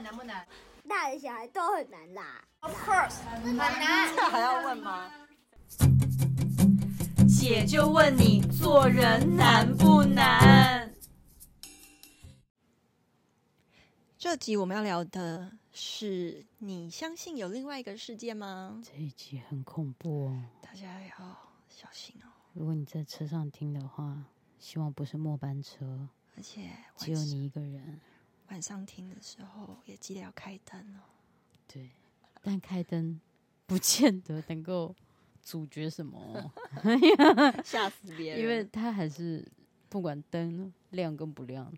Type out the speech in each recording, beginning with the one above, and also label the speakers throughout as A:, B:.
A: 难
B: 大人小孩都很难啦。
A: ，Of course，很难。
C: 这还要问吗？
D: 姐就问你做人难不难？
C: 这集我们要聊的是，你相信有另外一个世界吗？
E: 这一集很恐怖哦！
C: 大家要小心哦，
E: 如果你在车上听的话，希望不是末班车，
C: 而且
E: 只有你一个人。
C: 晚上听的时候也记得要开灯哦。
E: 对，但开灯不见得能够阻绝什么哦，
C: 吓死 别
E: 因为它还是不管灯亮跟不亮，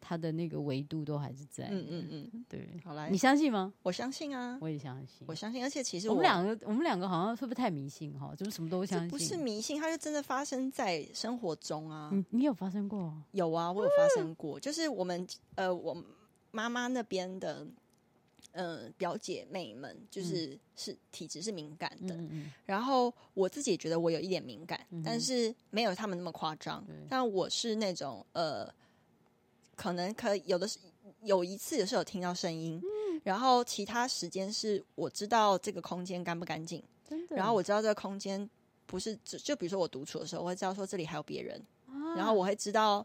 E: 它的那个维度都还是在。
C: 嗯嗯嗯，
E: 对，
C: 好来
E: 你，相信吗？
C: 我相信啊，
E: 我也相信
C: 我。相信，而且其实
E: 我
C: 我
E: 们两个，我们两个好像是不是太迷信哈？就是什么都
C: 这
E: 相信。
C: 不是迷信，它是真的发生在生活中啊。
E: 你你有发生过哦？
C: 有啊，我有发生过，就是我们呃，我妈妈那边的呃表姐妹们，就是、是体质是敏感的，
E: 嗯嗯
C: 然后我自己也觉得我有一点敏感，
E: 嗯哼
C: 但是没有他们那么夸张
E: 对。
C: 但我是那种呃，可能可有的是有一次也是有听到声音，
E: 嗯
C: 然后其他时间是我知道这个空间干不干净，
E: 真的。
C: 然后我知道这个空间不是只就比如说我独处的时候，我会知道说这里还有别人，然
E: 啊
C: 后我会知道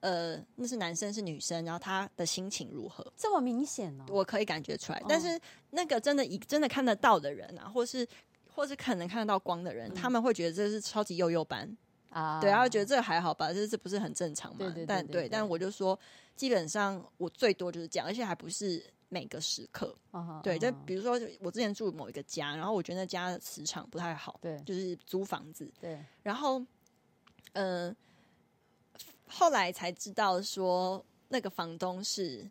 C: 呃那是男生是女生，然后他的心情如何。
E: 这么明显哦，
C: 我可以感觉出来
E: 哦。
C: 但是那个真的一真的看得到的人啊，或是或是可能看得到光的人，他们会觉得这是超级幼幼班，
E: 嗯啊，
C: 对，然后觉得这还好吧，这这不是很正常嘛？
E: 对对对
C: 但
E: 对对
C: 但我就说，基本上我最多就是这样，而且还不是。每个时刻，
E: 啊
C: 对，就
E: 这
C: 比如说我之前住某一个家，然后我觉得那家的磁场不太好，
E: 嗯对
C: 就是租房子，
E: 对，
C: 然后，嗯、后来才知道说那个房东是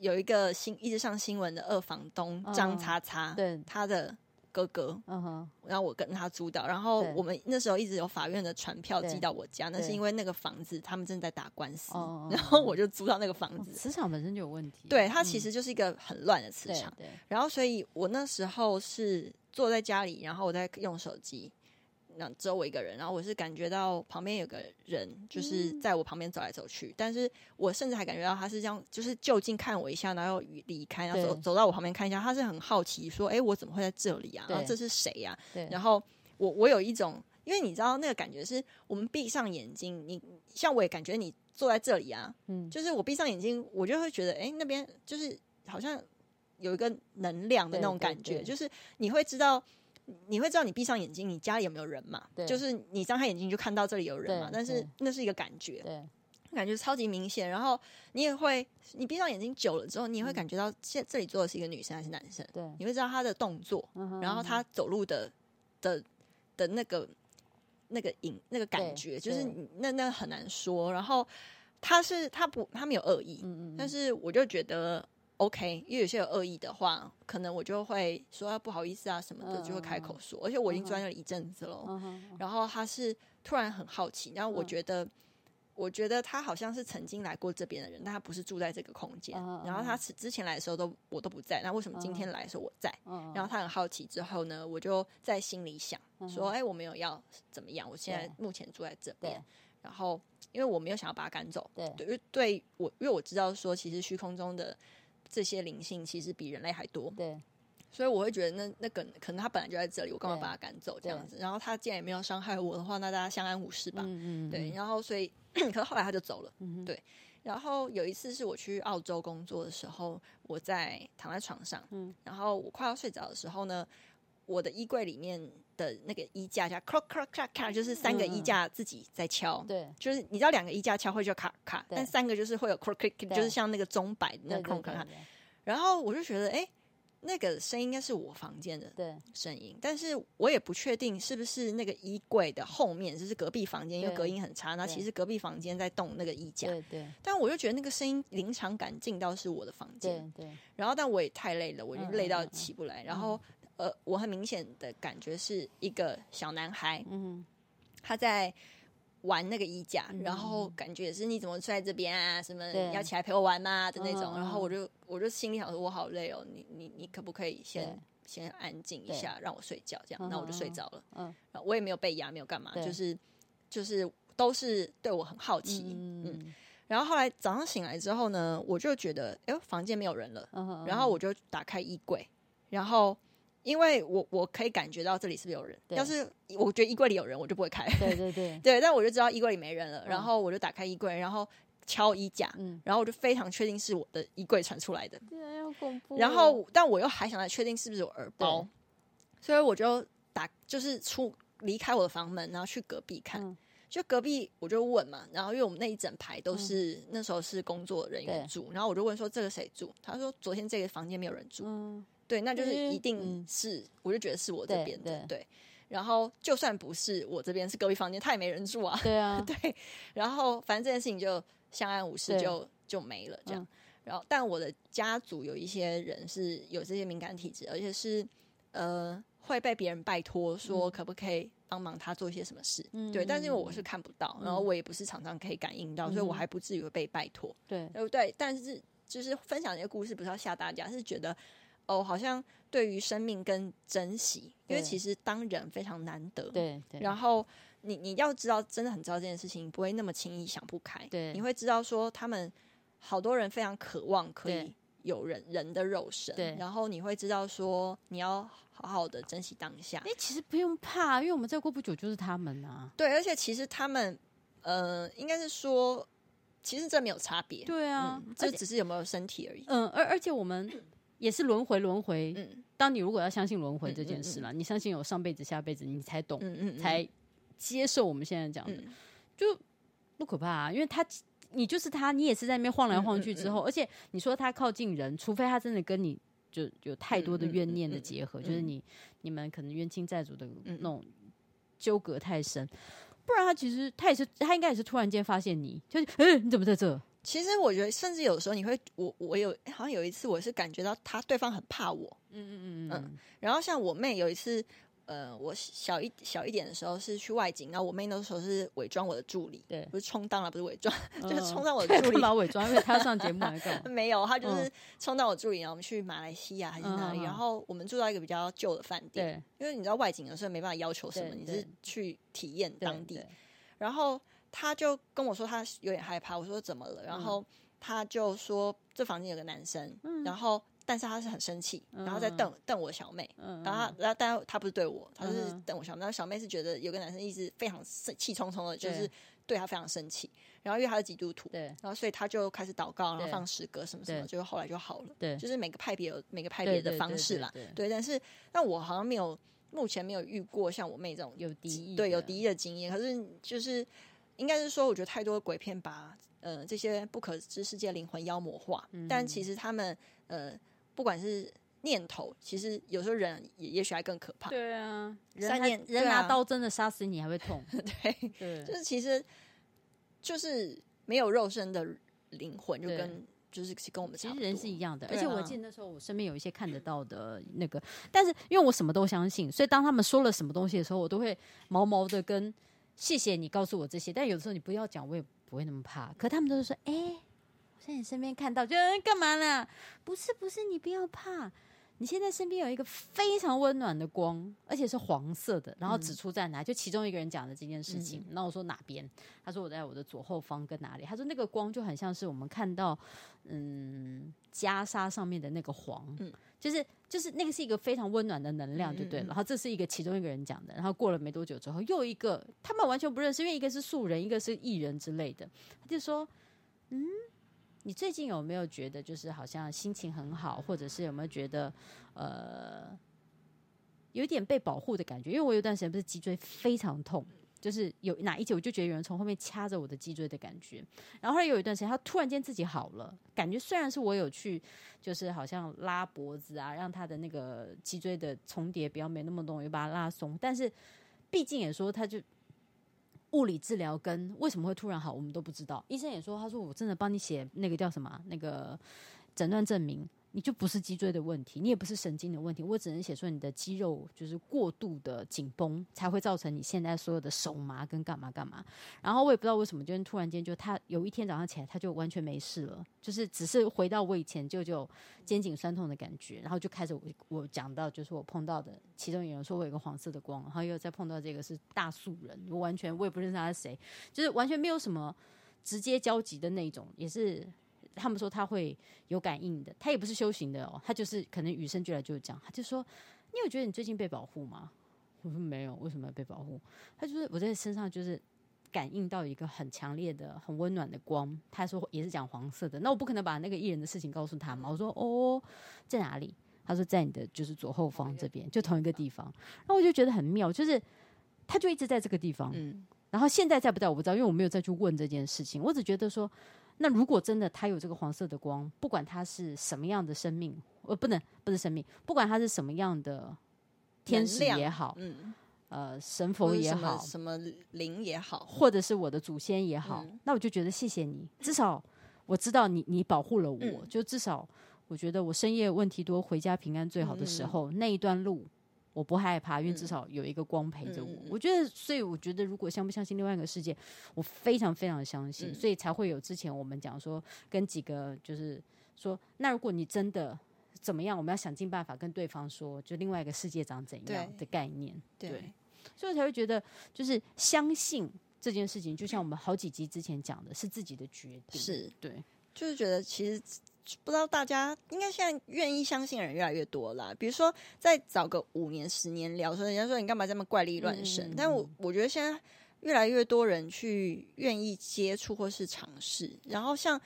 C: 有一个新一直上新闻的二房东
E: 嗯
C: 张叉叉，
E: 对
C: 他的哥哥，
E: 嗯哼，
C: 然后我跟他租到，然后
E: 对
C: 我们那时候一直有法院的传票
E: 对
C: 寄到我家，那是
E: 对
C: 因为那个房子他们正在打官司，
E: 哦哦哦
C: 然后我就租到那个房
E: 哦
C: 子，
E: 磁场本身就有问题，
C: 嗯对，它其
E: 嗯
C: 实就是一个很乱的磁
E: 对
C: 场。
E: 对，
C: 然后，所以我那时候是坐在家里，然后我在用手机，那只有我一个人，然后我是感觉到旁边有个人，就是
E: 嗯
C: 在我旁边走来走去，但是我甚至还感觉到他是这样，就是就近看我一下，然后离开，然后走
E: 对
C: 走到我旁边看一下，他是很好奇说：“哎，我怎么会在这里啊？
E: 对
C: 然后这是谁呀、
E: 对，
C: 然后我我有一种，因为你知道那个感觉是我们闭上眼睛，你像我也感觉你坐在这里啊，
E: 嗯，
C: 就是我闭上眼睛，我就会觉得，哎、那边就是好像有一个能量的那种
E: 对对
C: 感觉，
E: 对
C: 就是你会知道，你会知道你闭上眼睛，你家里有没有人嘛？
E: 对
C: 就是你张开眼睛就看到这里有人嘛
E: 对，
C: 但是
E: 对
C: 那是一个感觉，
E: 对
C: 感觉超级明显。然后你也会，你闭上眼睛久了之后，你也会
E: 嗯
C: 感觉到现这里坐的是一个女生还是男生，
E: 对，
C: 你会知道他的动作，
E: 嗯哼
C: 然后他走路的的的那个那个影那个感
E: 对
C: 觉，就是
E: 对
C: 你那那很难说。然后他是他不他没有恶意，
E: 嗯嗯嗯，
C: 但是我就觉得 OK，因为有些有恶意的话，可能我就会说、啊、不好意思啊什么的，
E: 嗯
C: 就会开
E: 嗯
C: 口说。而且我已经
E: 嗯
C: 钻了一阵子了，
E: 嗯哼，嗯
C: 然后他是突然很好奇，然后我
E: 嗯
C: 觉得。我觉得他好像是曾经来过这边的人，但他不是住在这个空间。
E: 嗯嗯
C: 然后
E: 嗯
C: 他之之前来的时候都我都不在，那为什么今天来的时候我在？
E: 嗯，
C: 然后
E: 后
C: 他很好奇，之后呢，我就在心里想说：“哎、我没有要怎么样，我现在
E: 对
C: 目前住在这边
E: 对。
C: 然后，因为我没有想要把他赶走，
E: 对
C: 对，因为对我，因为我知道说，其实虚空中的这些灵性其实比人类还多，
E: 对
C: 所以我会觉得那那个可能他本来就在这里，我干嘛
E: 对
C: 把他赶走这
E: 对
C: 样子？然后他既然也没有伤害我的话，那大家相安无事吧。
E: 嗯嗯
C: 对，
E: 嗯
C: 然后所以， 可是后来他就走了。
E: 嗯哼
C: 对，然后有一次是我去澳洲工作的时候，我在躺在床上，
E: 嗯
C: 然后我快要睡着的时候呢，我的衣柜里面的那个衣架架咔咔咔咔，就是三个
E: 嗯嗯
C: 衣架自己在敲，
E: 对
C: 就是你知道两个衣架敲会就咔咔，
E: 对
C: 但三个就是会有咔咔，
E: 对
C: 就是像那个钟摆的那
E: 对
C: 咔
E: 对
C: 咔
E: 对
C: 咔。然后我就觉得，哎，那个声音应该是我房间的
E: 对
C: 声音，但是我也不确定是不是那个衣柜的后面，就是隔壁房间，因为
E: 对
C: 隔音很差。那
E: 对
C: 其实隔壁房间在动那个衣架，
E: 对对
C: 但我就觉得那个声音临场感进到是我的房间，
E: 对对
C: 然后但我也太累了，我就
E: 嗯
C: 累到
E: 嗯嗯嗯
C: 起不来。然后呃，我很明显的感觉是一个小男孩，
E: 嗯
C: 他在。玩那个衣架，
E: 嗯
C: 然后感觉是你怎么睡在这边啊？什么
E: 对
C: 要起来陪我玩吗的那
E: 嗯
C: 种。
E: 嗯
C: 然后
E: 嗯
C: 我就我就心里想说，我好累哦，你你你可不可以先
E: 对
C: 先安静一
E: 对
C: 下，让我睡觉这样？
E: 嗯
C: 那我就
E: 嗯
C: 睡
E: 嗯
C: 着了。
E: 嗯
C: 然后我也没有被压，没有干嘛，
E: 对
C: 就是就是都是对我很好奇。嗯
E: 嗯
C: 然后后来早上醒来之后呢，我就觉得，哎呦，房间没有人了。
E: 嗯
C: 然后我就打开衣柜，然后因为我我可以感觉到这里是不是有人，
E: 对
C: 要是我觉得衣柜里有人，我就不会开。
E: 对对对，
C: 对，但我就知道衣柜里没人了，然
E: 嗯
C: 后我就打开衣柜，然后敲衣架，
E: 嗯，
C: 然后我就非常确定是我的衣柜传出来的。
E: 对啊，要恐怖
C: 然后，但我又还想来确定是不是有耳包，所以我就打就是出离开我的房门，然后去隔壁看。
E: 嗯
C: 就隔壁我就问嘛，然后因为我们那一整排都
E: 嗯
C: 是、那时候是工作人员
E: 对
C: 住，然后我就问说这个谁住，他说昨天这个房间没有人住，
E: 嗯，
C: 对，那就是
E: 嗯
C: 一定
E: 嗯
C: 是，我就觉得是我这
E: 对
C: 边的，
E: 对
C: 对。然后就算不是我这边，是隔壁房间，他也没人住啊，
E: 对 啊，
C: 对。然后反正这件事情就相安无事
E: 对
C: 就，就没了这样。
E: 嗯
C: 然后，但我的家族有一些人是有这些敏感体质，而且是呃会被别人拜托说
E: 嗯
C: 可不可以帮忙他做一些什么事，
E: 嗯
C: 对。但是因为我
E: 嗯
C: 是看不到，然后
E: 嗯
C: 我也不是常常可以感应到，所以我
E: 嗯
C: 还不至于会被拜托。
E: 对，
C: 对不对？但是就是分享这些故事，不是要吓大家，是觉得哦，好像对于生命跟珍惜，因为
E: 对
C: 其实当人非常难得，。
E: 对对，
C: 然后你你要知道，真的很知道这件事情，你不会那么轻易想不开。
E: 对
C: 你会知道说他们好多人非常渴望可以
E: 对
C: 有人人的肉身，
E: 对
C: 然后你会知道说你要好好的珍惜当下
E: 哎、。其实不用怕，因为我们再过不久就是他们啊。
C: 对，而且其实他们，呃，应该是说，其实这没有差别。
E: 对啊，
C: 嗯，
E: 而
C: 这
E: 且
C: 只是有没有身体而已。
E: 嗯，而而且我们也是轮回轮回。
C: 嗯，
E: 当你如果要相信轮回
C: 嗯
E: 这件事啦，你相信有上辈子下辈子，你才懂，
C: 嗯嗯，
E: 才接受我们现在讲的，
C: 嗯
E: 就不可怕、啊，因为他。你就是他，你也是在那边
C: 嗯
E: 晃来晃去之后，而且你说他靠近人，除非他真的跟你就有太多的
C: 嗯嗯
E: 怨念
C: 嗯
E: 的
C: 嗯
E: 结合，
C: 嗯
E: 就是你你们可能冤亲债主的
C: 嗯
E: 那种纠葛太深，不然他其实他也是他应该也是突然间发现你，就是嗯、你怎么在这？
C: 其实我觉得，甚至有时候你会，我我有好像有一次我是感觉到他对方很怕我，
E: 嗯嗯
C: 嗯然后像我妹有一次，呃，我小一小一点的时候是去外景，然后我妹那时候是伪装我的助理，
E: 对
C: 不是充当了，不是伪装，
E: 嗯，
C: 就是冲 到我的
E: 对
C: 助理
E: 干嘛伪装？因为他要上节目来 干嘛？
C: 没有，她就是
E: 嗯
C: 充当我助理，然后我们去马来西亚还是哪里，
E: 嗯嗯嗯
C: 然后我们住到一个比较旧的饭店，
E: 对
C: 因为你知道外景的时候没办法要求什么，
E: 对
C: 你
E: 对
C: 是去体验
E: 对
C: 当地
E: 对，
C: 然后他就跟我说他有点害怕，我说怎么了？然
E: 嗯
C: 后他就说这房间有个男生，然后但是他是很生气，然后在瞪瞪我小妹。
E: 嗯，
C: 然后他，然后但他不是对我，他是
E: 嗯
C: 瞪我小妹。然后小妹是觉得有个男生一直非常生气冲冲的，就
E: 对
C: 是对他非常生气。然后因为他是基督徒，
E: 对
C: 然后所以他就开始祷告，然后
E: 对
C: 放诗歌什么什么，
E: 对
C: 就后来就好了。
E: 对
C: 就是每个派别有每个派
E: 对
C: 别的
E: 对
C: 方
E: 对
C: 式
E: 对
C: 啦。
E: 对
C: 对，但是但我好像没有，目前没有遇过像我妹这种
E: 有敌意
C: 对，有
E: 的
C: 敌意的经验。可是就是应该是说，我觉得太多的鬼片把呃这些不可知世界灵魂妖魔化，但
E: 嗯
C: 其实他们呃不管是念头，其实有时候人也也许还更可怕。
E: 对啊，人
C: 三
E: 还
C: 年
E: 人
C: 对啊
E: 拿刀真的杀死你还会痛，
C: 对，
E: 对
C: 就是其实就是没有肉身的灵魂，就
E: 对
C: 跟就是跟我们
E: 其
C: 差
E: 实
C: 不
E: 人
C: 多
E: 是一样的，
C: 对
E: 而且
C: 啊
E: 我记得那时候我身边有一些看得到的那个，但是因为我什么都相信，所以当他们说了什么东西的时候，我都会毛毛的跟谢谢你告诉我这些。但有的时候你不要讲，我也不会那么怕。可他们都是说，哎、我在你身边看到，就嗯干嘛啦？不是不是，你不要怕，你现在身边有一个非常温暖的光，而且是黄色的，然后
C: 嗯
E: 指出在哪，就其中一个人讲的这件事情，那、我说哪边，他说我在我的左后方跟哪里，他说那个光就很像是我们看到，嗯，袈裟上面的那个黄，
C: 嗯
E: 就是就是那个是一个非常温暖的能量，就
C: 嗯
E: 对了。
C: 嗯嗯
E: 然后这是一个其中一个人讲的，然后过了没多久之后，又一个他们完全不认识，因为一个是素人，一个是艺人之类的，他就说，嗯你最近有没有觉得就是好像心情很好，或者是有没有觉得呃有一点被保护的感觉？因为我有段时间不是脊椎非常痛，就是有哪一节我就觉得有人从后面掐着我的脊椎的感觉。然后后来有一段时间，他突然间自己好了，感觉虽然是我有去就是好像拉脖子啊，让他的那个脊椎的重叠不要没那么多，又把它拉松，但是毕竟也说他就物理治疗跟为什么会突然好，我们都不知道。医生也说，他说我真的帮你写那个叫什么啊那个诊断证明，你就不是脊椎的问题，你也不是神经的问题，我只能写说你的肌肉就是过度的紧绷，才会造成你现在所有的手麻跟干嘛干嘛。然后我也不知道为什么，就是突然间就他有一天早上起来，他就完全没事了，就是只是回到我以前就就肩颈酸痛的感觉，然后就开始我我讲到就是我碰到的，其中有人说我有一个黄色的光，然后又再碰到这个是大素人，我完全我也不认识他是谁，就是完全没有什么直接交集的那一种，也是他们说他会有感应的，他也不是修行的哦，他就是可能与生俱来就是这样。他就说：“你有觉得你最近被保护吗？”我说：“没有，为什么要被保护？”他就是我在身上就是感应到一个很强烈的、很温暖的光。他说也是讲黄色的，那我不可能把那个艺人的事情告诉他嘛。我说：“哦，在哪里？”他说：“在你的就是左后方这边，就同一个地方。”然后我就觉得很妙，就是他就一直在这个地方。
C: 嗯，
E: 然后现在在不在我不知道，因为我没有再去问这件事情。我只觉得说，那如果真的他有这个黄色的光，不管他是什么样的生命，呃，不能不是生命，不管他是什么样的天使
C: 能量
E: 也好，
C: 嗯，
E: 呃，神
C: 或
E: 佛
C: 者
E: 也
C: 什么
E: 好，
C: 什么灵也好，
E: 或者是我的祖先也好，
C: 嗯
E: 那我就觉得谢谢你，至少我知道你你保护了我，
C: 嗯
E: 就至少我觉得我深夜问题多，回家平安最好的时候、那一段路。我不害怕，因为
C: 嗯
E: 至少有一个光陪着我。
C: 嗯嗯嗯
E: 我觉得，所以我觉得，如果相不相信另外一个世界，我非常非常相信，
C: 嗯
E: 所以才会有之前我们讲说，跟几个就是说，那如果你真的怎么样，我们要想尽办法跟对方说，就另外一个世界长怎样
C: 对
E: 的概念。
C: 对，
E: 所以我才会觉得，就是相信这件事情，就像我们好几集之前讲的，是自己的决定。
C: 是
E: 对，
C: 就是觉得其实不知道大家应该现在愿意相信的人越来越多啦。比如说再早个五年、十年聊的时候，人家说你干嘛这么怪力乱神？
E: 嗯嗯嗯
C: 但我我觉得现在越来越多人去愿意接触或是尝试。然后像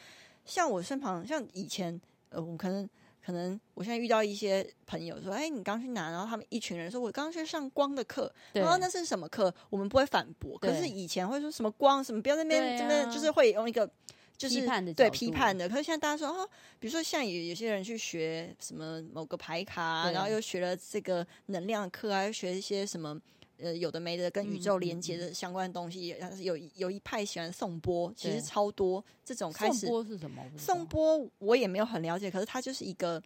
C: 像我身旁，像以前呃，我可能。可能我现在遇到一些朋友说：“哎，你刚去哪？”然后他们一群人说：“我刚去上光的课。”
E: 对
C: 然后那是什么课？我们不会反驳。可
E: 对
C: 是以前会说什么光什么，不要在那边、
E: 对
C: 这边，
E: 啊
C: 就是会用一个就是
E: 批判的角
C: 对
E: 度
C: 批判的。可是现在大家说哦，比如说像有有些人去学什么某个牌卡啊，
E: 对
C: 然后又学了这个能量课啊，又学一些什么。呃，有的没的
E: 嗯
C: 跟宇宙连接的相关的东西，然后有一有一派喜欢颂钵，其实
E: 对
C: 超多这种开始
E: 颂钵是什么？我不知道
C: 颂钵我也没有很了解，可是它就是一个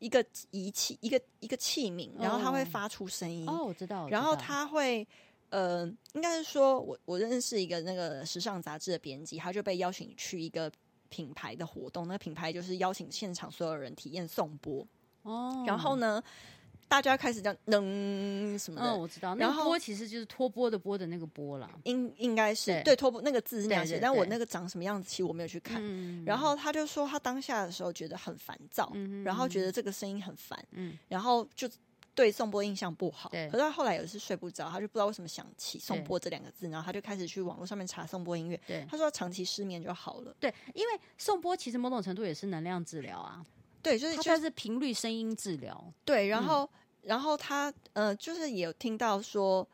C: 一个仪器，一个一个器皿，然后它会
E: 嗯
C: 发出声音。
E: 哦，我知道。我知
C: 然后
E: 道
C: 他会，呃，应该是说我我认识一个那个时尚杂志的编辑，他就被邀请去一个品牌的活动，那个品牌就是邀请现场所有人体验颂钵，
E: 哦，
C: 然后呢，大家开始讲能什么的。
E: 嗯，我知道。
C: 然
E: 那个
C: 后
E: 波其实就是托钵的钵的那个钵啦。
C: 应应该是
E: 对
C: 对托布那个字是那样
E: 对
C: 写，
E: 对
C: 但我
E: 对
C: 那个长什么样子，其实我没有去看。
E: 嗯，
C: 然后他就说他当下的时候觉得很烦躁，
E: 嗯哼
C: 然后觉得这个声音很烦，
E: 嗯
C: 然后就对颂钵印象不好。
E: 对
C: 可是他后来有一次睡不着，他就不知道为什么想起颂
E: 对
C: 钵这两个字，然后他就开始去网络上面查颂钵音乐。
E: 对
C: 他说长期失眠就好了。
E: 对，因为颂钵其实某种程度也是能量治疗啊，
C: 对，就是就
E: 它算
C: 是
E: 是频率声音治疗。
C: 对，
E: 嗯
C: 然后、然后他呃，就是也有听到说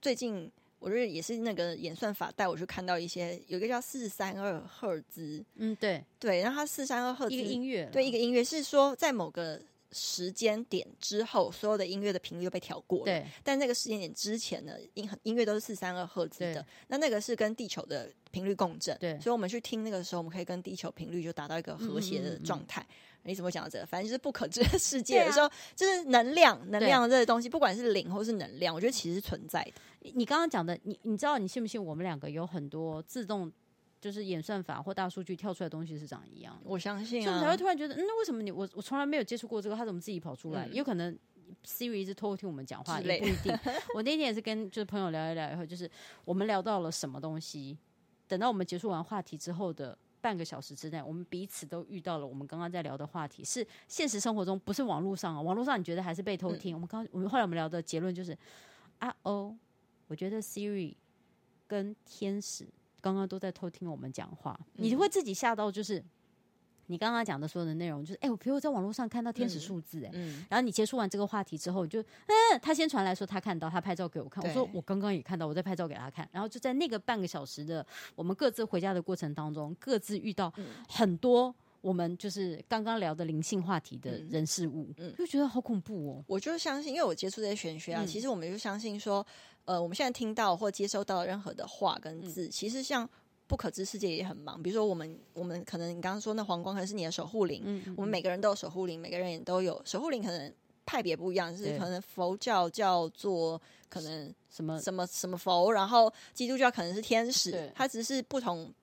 C: 最近。我就是也是那个演算法带我去看到一些有一个叫四三二赫兹，
E: 嗯，对，
C: 对，然后它四三二赫兹
E: 一个音乐啦，
C: 对一个音乐是说在某个时间点之后，所有的音乐的频率都被调过了。
E: 对
C: 但那个时间点之前呢，音音乐都是四三二赫兹的
E: 对，
C: 那那个是跟地球的频率共振，
E: 对
C: 所以我们去听那个时候，我们可以跟地球频率就达到一个和谐的状态。你怎么讲到这个？反正就是不可知的世界
E: 对啊
C: 的时候，就是能量，能量这个东西，不管是零或是能量，我觉得其实是存在的。
E: 你刚刚讲的，你你知道你信不信？我们两个有很多自动就是演算法或大数据跳出来的东西是长一样的，
C: 我相信
E: 所以我才
C: 啊
E: 会，突然觉得，嗯，那为什么你我我从来没有接触过这个，他怎么自己跑出来？
C: 嗯
E: 有可能 Siri 一直偷听我们讲话，
C: 之类
E: 也不一定。 我那天也是跟就是朋友聊一聊以后，就是我们聊到了什么东西，等到我们结束完话题之后的。半个小时之内，我们彼此都遇到了我们刚刚在聊的话题，是现实生活中，不是网络上啊。网络上你觉得还是被偷
C: 嗯
E: 听？我们刚我们后来我们聊的结论就是，啊哦，我觉得 Siri 跟天使刚刚都在偷听我们讲话，
C: 嗯
E: 你会自己吓到，就是你刚刚讲的所有的内容，就是哎、我比如在网络上看到天使
C: 嗯
E: 数字、哎、
C: 嗯，
E: 然后你结束完这个话题之后，你就嗯，他先传来说他看到，他拍照给我看，我说
C: 对
E: 我刚刚也看到，我在拍照给他看，然后就在那个半个小时的我们各自回家的过程当中，各自遇
C: 嗯
E: 到很多。我们就是刚刚聊的灵性话题的
C: 嗯
E: 人事物，
C: 嗯
E: 就觉得好恐怖哦。
C: 我就相信，因为我接触这些玄学啊，
E: 嗯
C: 其实我们就相信说，呃，我们现在听到或接收到任何的话跟
E: 嗯
C: 字，其实像不可知世界也很忙。比如说，我们我们可能你刚刚说那黄光可能是你的守护灵，
E: 嗯，嗯
C: 我们每个人都有守护灵，每个人也都有守护灵，可能派别不一样，就是
E: 对
C: 可能佛教叫做可能
E: 什么
C: 什么什么佛，然后基督教可能是天使
E: 对，
C: 它只是不同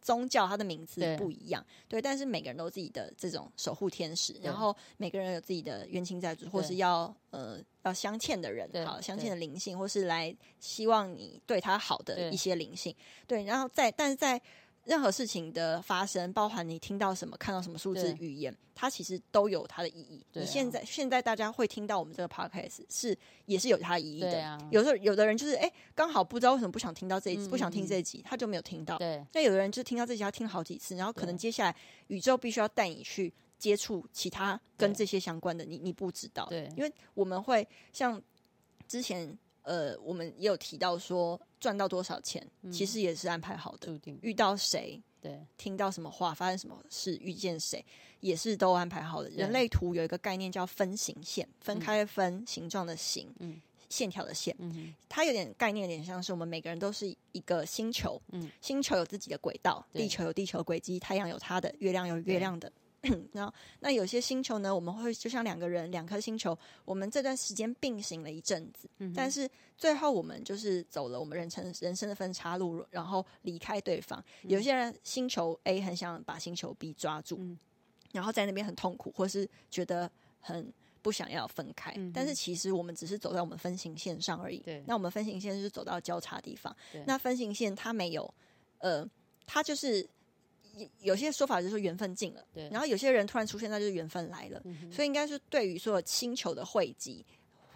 C: 宗教，它的名字
E: 对
C: 不一样，对，但是每个人都有自己的这种守护天使，然后每个人有自己的冤亲债主，或是要呃要镶嵌的人，
E: 对
C: 好镶
E: 对
C: 嵌的灵性，或是来希望你对他好的
E: 对
C: 一些灵性，对，然后在但是在任何事情的发生，包含你听到什么、看到什么数字、
E: 对
C: 语言，它其实都有它的意义。
E: 对啊
C: 你现在现在大家会听到我们这个 podcast 是也是有它的意义
E: 对
C: 的。
E: 啊
C: 有时候有的人就是哎，刚、好不知道为什么不想听到这一集，
E: 嗯
C: 不想
E: 嗯
C: 听
E: 嗯
C: 这一集，他就没有听到。
E: 对
C: 那有的人就是听到这集要听好几次，然后可能
E: 对
C: 接下来宇宙必须要带你去接触其他跟
E: 对
C: 这些相关的，你你不知道的，
E: 对
C: 因为我们会像之前呃，我们也有提到说赚到多少钱，
E: 嗯
C: 其实也是安排好的，
E: 注定
C: 遇到谁。
E: 对
C: 听到什么话，发生什么事，遇见谁，也是都安排好的。
E: 对
C: 人类图有一个概念叫分形线，分
E: 嗯
C: 开的分，形状的形，
E: 嗯
C: 线条的线。
E: 嗯哼
C: 它有点概念，有点像是我们每个人都是一个星球，
E: 嗯
C: 星球有自己的轨道，
E: 对
C: 地球有地球轨迹，太阳有它的，月亮有月亮的。 然后，那有些星球呢，我们会就像两个人，两颗星球，我们这段时间并行了一阵子，
E: 嗯哼
C: 但是最后我们就是走了我们人生人生的分岔路，然后离开对方。有些人星球 A 很想把星球 B 抓住，
E: 嗯
C: 然后在那边很痛苦，或是觉得很不想要分开。
E: 嗯哼
C: 但是其实我们只是走在我们分形线上而已。
E: 对
C: 那我们分形线是走到交叉地方
E: 对。
C: 那分形线它没有，呃，它就是。有有些说法就是说缘分尽了，
E: 对
C: 然后有些人突然出现，那就是缘分来了。
E: 嗯哼
C: 所以应该是对于所有星球的汇集，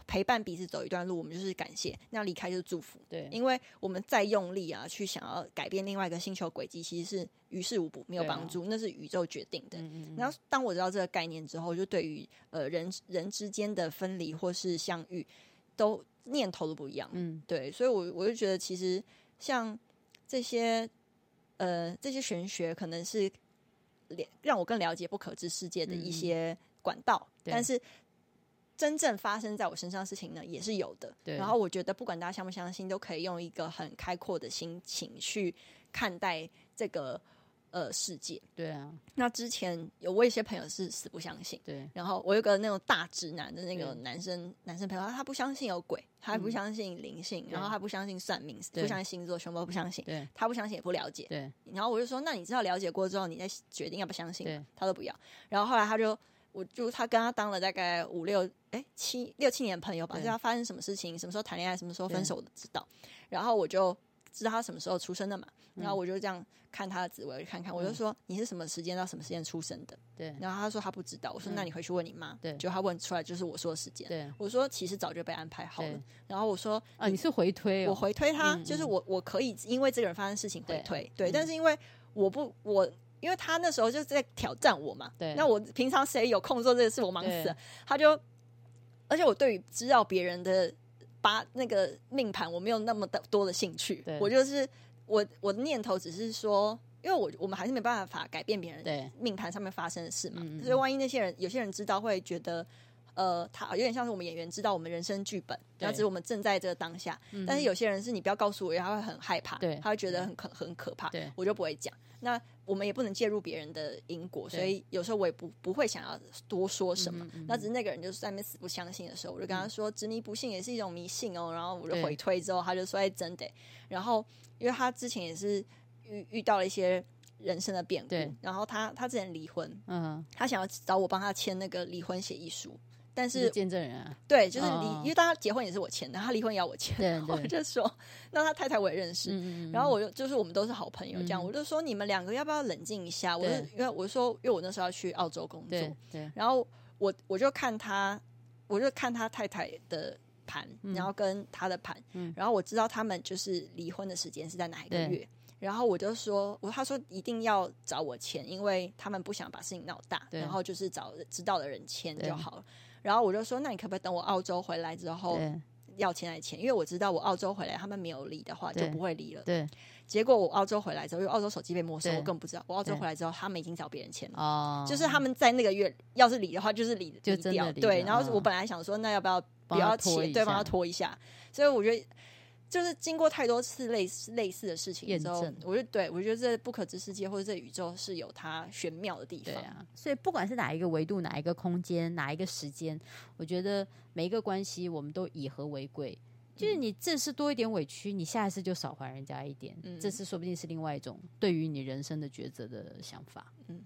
C: 陪伴彼此走一段路，我们就是感谢；那离开就是祝福，
E: 对
C: 因为我们再用力啊，去想要改变另外一个星球轨迹，其实是于事无补，没有
E: 对啊
C: 帮助，那是宇宙决定的。
E: 嗯嗯嗯
C: 然后，当我知道这个概念之后，就对于呃人人之间的分离或是相遇，都念头都不一样。
E: 嗯
C: 对，所以我我就觉得，其实像这些呃这些玄学，可能是了让我更了解不可知世界的
E: 嗯
C: 一
E: 嗯
C: 些管道，
E: 对
C: 但是真正发生在我身上的事情呢，也是有的。
E: 对
C: 然后我觉得，不管大家相不相信，都可以用一个很开阔的心情去看待这个呃世界。
E: 对啊
C: 那之前有我有一些朋友是死不相信。
E: 对
C: 然后我有个那种大直男的那个
E: 对
C: 男生男生朋友，他他不相信有鬼，他还不
E: 嗯
C: 相信灵性，然后
E: 对
C: 他不相信算命，
E: 对
C: 不相信星座，全部都不相信，
E: 对
C: 他不相信也不了解。
E: 对
C: 然后我就说，那你知道了解过之后，你再决定要不要相信
E: 对
C: 嘛？他都不要。然后后来他就，我就他跟他当了大概五六哎七六七年的朋友吧，
E: 对
C: 知道发生什么事情，什么时候谈恋爱，什么时候
E: 对
C: 分手我都知道。然后我就知道他什么时候出生的嘛，
E: 嗯
C: 然后我就这样看他的紫微看看，我就
E: 嗯
C: 说你是什么时间到什么时间出生的？
E: 对
C: 然后他说他不知道，我说
E: 嗯
C: 那你回去问你妈。
E: 对
C: 就他问出来就是我说的时间。
E: 对
C: 我说其实早就被安排好了
E: 对。
C: 然后我说
E: 啊，你是回推哦
C: 我回推他，
E: 嗯
C: 就是
E: 嗯
C: 我我可以因为这个人发生事情回
E: 对
C: 推，对。
E: 嗯
C: 但是因为我不我。因为他那时候就是在挑战我嘛，
E: 对
C: 那我平常谁有空做这个事，我忙死
E: 对
C: 了。他就，而且我对于知道别人的八那个命盘，我没有那么的多的兴趣
E: 对。
C: 我就是我我的念头只是说，因为我我们还是没办法改变别人
E: 对
C: 命盘上面发生的事嘛。
E: 嗯嗯
C: 所以万一那些人有些人知道，会觉得呃，他有点像是我们演员知道我们人生剧本，然后只是我们正在这个当下。
E: 嗯
C: 但是有些人是你不要告诉我，他会很害怕，
E: 对
C: 他会觉得很可很可怕，
E: 对
C: 我就不会讲。那我们也不能介入别人的因果，
E: 对
C: 所以有时候我也不不会想要多说什么
E: 嗯哼嗯哼。
C: 那只是那个人就是在那边死不相信的时候，我就跟他说：“执迷不信也是一种迷信哦。”然后我就
E: 对
C: 回推之后，他就说：“哎，真的欸。”然后因为他之前也是遇遇到了一些人生的变故
E: 对，
C: 然后他他之前离婚，
E: 嗯
C: 他想要找我帮他签那个离婚协议书，但
E: 你是
C: 是
E: 见证人啊
C: 对，就是离，
E: 哦
C: 因为大家结婚也是我签的，他离婚也要我签，
E: 对
C: 然后我
E: 对
C: 就说，那他太太我也认识，
E: 嗯嗯嗯
C: 然后我就就是我们都是好朋友，这样、
E: 嗯
C: 我就说你们两个要不要冷静一下？我就
E: 对
C: 因为我说，因为我那时候要去澳洲工
E: 对
C: 作，
E: 对
C: 然后我我就看他，我就看他太太的盘，然后跟他的盘，
E: 嗯
C: 然后我知道他们就是离婚的时间是在哪一个
E: 对
C: 月。然后我就说，我他说一定要找我签，因为他们不想把事情闹大，
E: 对
C: 然后就是找知道的人签
E: 对
C: 就好了。然后我就说，那你可不可以等我澳洲回来之后
E: 对
C: 要签来签？因为我知道我澳洲回来他们没有离的话就
E: 对
C: 不会离了。
E: 对
C: 结果我澳洲回来之后，因为澳洲手机被没收，
E: 对
C: 我更不知道。我澳洲
E: 对
C: 回来之后，他们已经找别人签了。
E: 哦，
C: 就是他们在那个月要是离的话，就是离
E: 就
C: 离
E: 真的
C: 掉
E: 离
C: 对。
E: 了
C: 然后我
E: 嗯
C: 本来想说，那要不要
E: 帮
C: 不
E: 他
C: 要
E: 拖一
C: 签？对，帮他
E: 下
C: 拖一下。所以我觉得，就是经过太多次类似类似的事情
E: 验
C: 之后
E: 证，
C: 我就对我觉得这不可知世界或者这宇宙是有它玄妙的地
E: 对
C: 方。
E: 啊，所以不管是哪一个维度、哪一个空间、哪一个时间，我觉得每一个关系，我们都以和为贵。就是你这次多一点委屈，你下一次就少还人家一点。
C: 嗯
E: 这次说不定是另外一种对于你人生的抉择的想法。
C: 嗯，